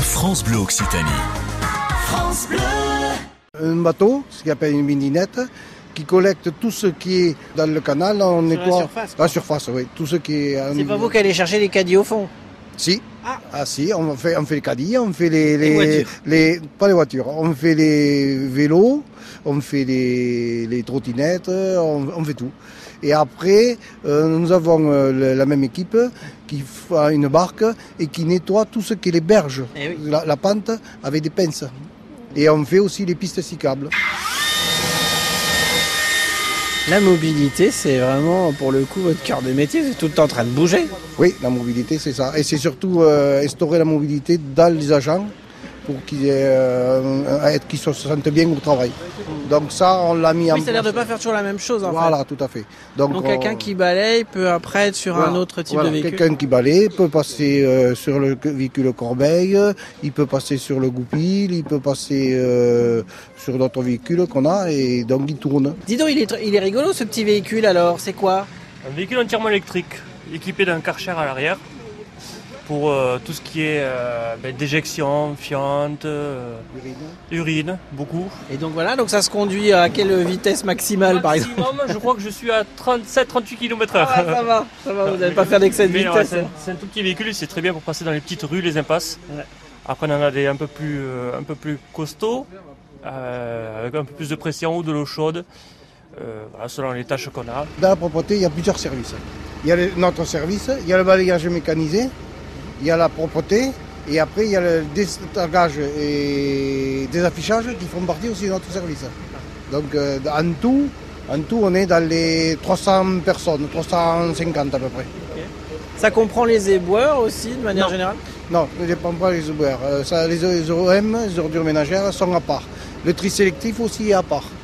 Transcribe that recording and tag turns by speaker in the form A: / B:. A: France Bleu Occitanie.
B: France Bleu.
C: Un bateau, ce qu'on appelle une mininette, qui collecte tout ce qui est dans le canal. On
D: Sur la
C: nettoie
D: surface,
C: la surface, oui. Tout ce qui est. en-
D: C'est pas vous qui allez chercher les caddies au fond
C: Si.
D: Ah.
C: Ah si, on fait, on fait les caddies, on fait les,
D: Les voitures.
C: les- pas les voitures, on fait les vélos, on fait les, les trottinettes, on, on fait tout. Et après, euh, nous avons euh, le- la même équipe qui fait une barque et qui nettoie tout ce qui est les berges,
D: Eh oui.
C: la, la pente avec des pinces. Et on fait aussi les pistes cyclables.
D: La mobilité, c'est vraiment pour le coup votre cœur de métier, c'est tout le temps en train de bouger.
C: Oui, la mobilité, c'est ça. Et c'est surtout euh, instaurer la mobilité dans les agents pour qu'ils aient, euh, un- être- qu'ils se sentent bien au travail. Donc ça, on l'a mis en
D: Oui, ça a l'air de
C: place.
D: pas faire toujours la même chose en
C: Voilà, tout à fait. Donc,
D: fait. Donc
C: on-
D: quelqu'un qui balaye peut après être sur
C: voilà,
D: un autre type
C: voilà,
D: de véhicule.
C: Quelqu'un qui balaye peut passer euh, sur le que- véhicule Corbeil, euh, il peut passer sur le Goupil, il peut passer euh, sur d'autres véhicules qu'on a et donc il tourne.
D: Dis donc, il est, tr- il est rigolo ce petit véhicule alors, c'est quoi
E: Un véhicule entièrement électrique, équipé d'un karcher à l'arrière, pour euh, tout ce qui est euh, ben, déjection, fiente, euh, urine, beaucoup.
D: Et donc voilà, donc ça se conduit à quelle vitesse maximale par exemple
E: Maximum, je crois que je suis à 37-38 km
D: Ah, Ça
E: heure.
D: va, ça va, vous n'allez pas faire d'excès de
E: Mais non,
D: vitesse. hein.
E: c'est un- c'est un tout petit véhicule, c'est très bien pour passer dans les petites rues, les impasses.
D: Ouais.
E: Après, on en a des un peu plus, euh, un peu plus costauds, euh, avec un peu plus de pression ou de l'eau chaude, euh, voilà, selon les tâches qu'on a.
C: Dans la propreté, il y a plusieurs services. Il y a le- notre service, il y a le balayage mécanisé, il y a la propreté, et après il y a le déstagage et désaffichage qui font partie aussi de notre service. Donc euh, en, tout, en tout, on est dans les 300 personnes, 350 à peu près.
D: Ça comprend les éboueurs aussi de manière générale
C: Non, ne dépend pas les OBR. Euh, ça, les, les OM, les ordures ménagères, sont à part. Le tri sélectif aussi est à part.